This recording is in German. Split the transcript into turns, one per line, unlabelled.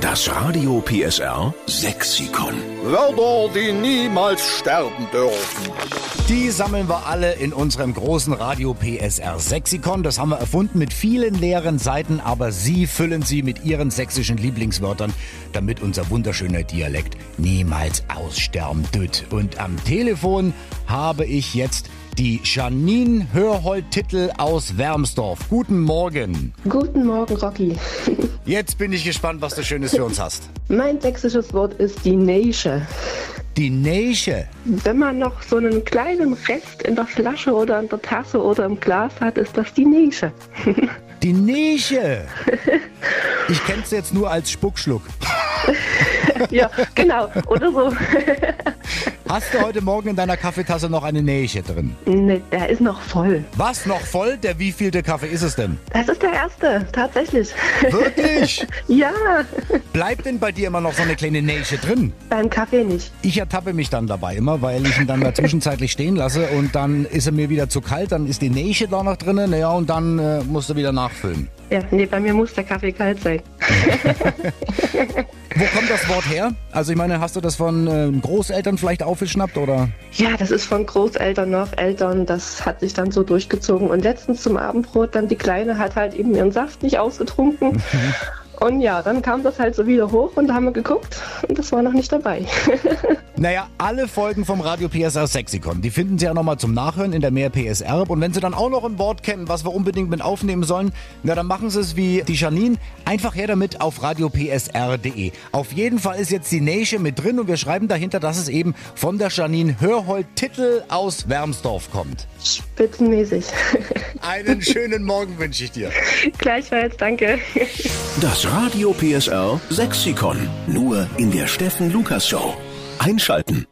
Das Radio PSR Sexikon.
Wörter, die niemals sterben dürfen.
Die sammeln wir alle in unserem großen Radio PSR Sexikon. Das haben wir erfunden mit vielen leeren Seiten, aber Sie füllen sie mit Ihren sächsischen Lieblingswörtern, damit unser wunderschöner Dialekt niemals aussterben wird. Und am Telefon habe ich jetzt die Janine Hörhold-Titel aus Wermsdorf. Guten Morgen.
Guten Morgen, Rocky.
Jetzt bin ich gespannt, was du Schönes für uns hast.
Mein sächsisches Wort ist die Nesche.
Die Nesche.
Wenn man noch so einen kleinen Rest in der Flasche oder in der Tasse oder im Glas hat, ist das die Nesche.
Die Nesche. Ich kenn's jetzt nur als Spuckschluck.
ja, genau. Oder so.
Hast du heute Morgen in deiner Kaffeetasse noch eine Nesche drin?
ne, der ist noch voll.
Was noch voll? Der wievielte Kaffee ist es denn?
Das ist der erste, tatsächlich.
Wirklich?
ja,
Bleibt denn bei dir immer noch so eine kleine Nesche drin?
beim Kaffee nicht.
Ich ertappe mich dann dabei immer, weil ich ihn dann mal zwischenzeitlich stehen lasse und dann ist er mir wieder zu kalt, dann ist die Nesche da noch drin, naja, und dann äh, musst du wieder nachfüllen.
Ja, nee, bei mir muss der Kaffee kalt sein.
Wo kommt das Wort her? Also ich meine, hast du das von äh, Großeltern vielleicht aufgeschnappt oder?
Ja, das ist von Großeltern nach Eltern, das hat sich dann so durchgezogen. Und letztens zum Abendbrot, dann die Kleine hat halt eben ihren Saft nicht ausgetrunken. Und ja, dann kam das halt so wieder hoch und da haben wir geguckt und das war noch nicht dabei.
Naja, alle Folgen vom Radio PSR Sexikon, die finden Sie ja nochmal zum Nachhören in der Mehr PSR. Und wenn Sie dann auch noch ein Wort kennen, was wir unbedingt mit aufnehmen sollen, na dann machen Sie es wie die Janine. Einfach her damit auf radiopsr.de. Auf jeden Fall ist jetzt die Nation mit drin und wir schreiben dahinter, dass es eben von der Janine Hörhold Titel aus Wermsdorf kommt.
Spitzenmäßig.
Einen schönen Morgen wünsche ich dir.
Gleichfalls, danke.
Das Radio PSR Sexikon. Nur in der Steffen Lukas Show. Einschalten.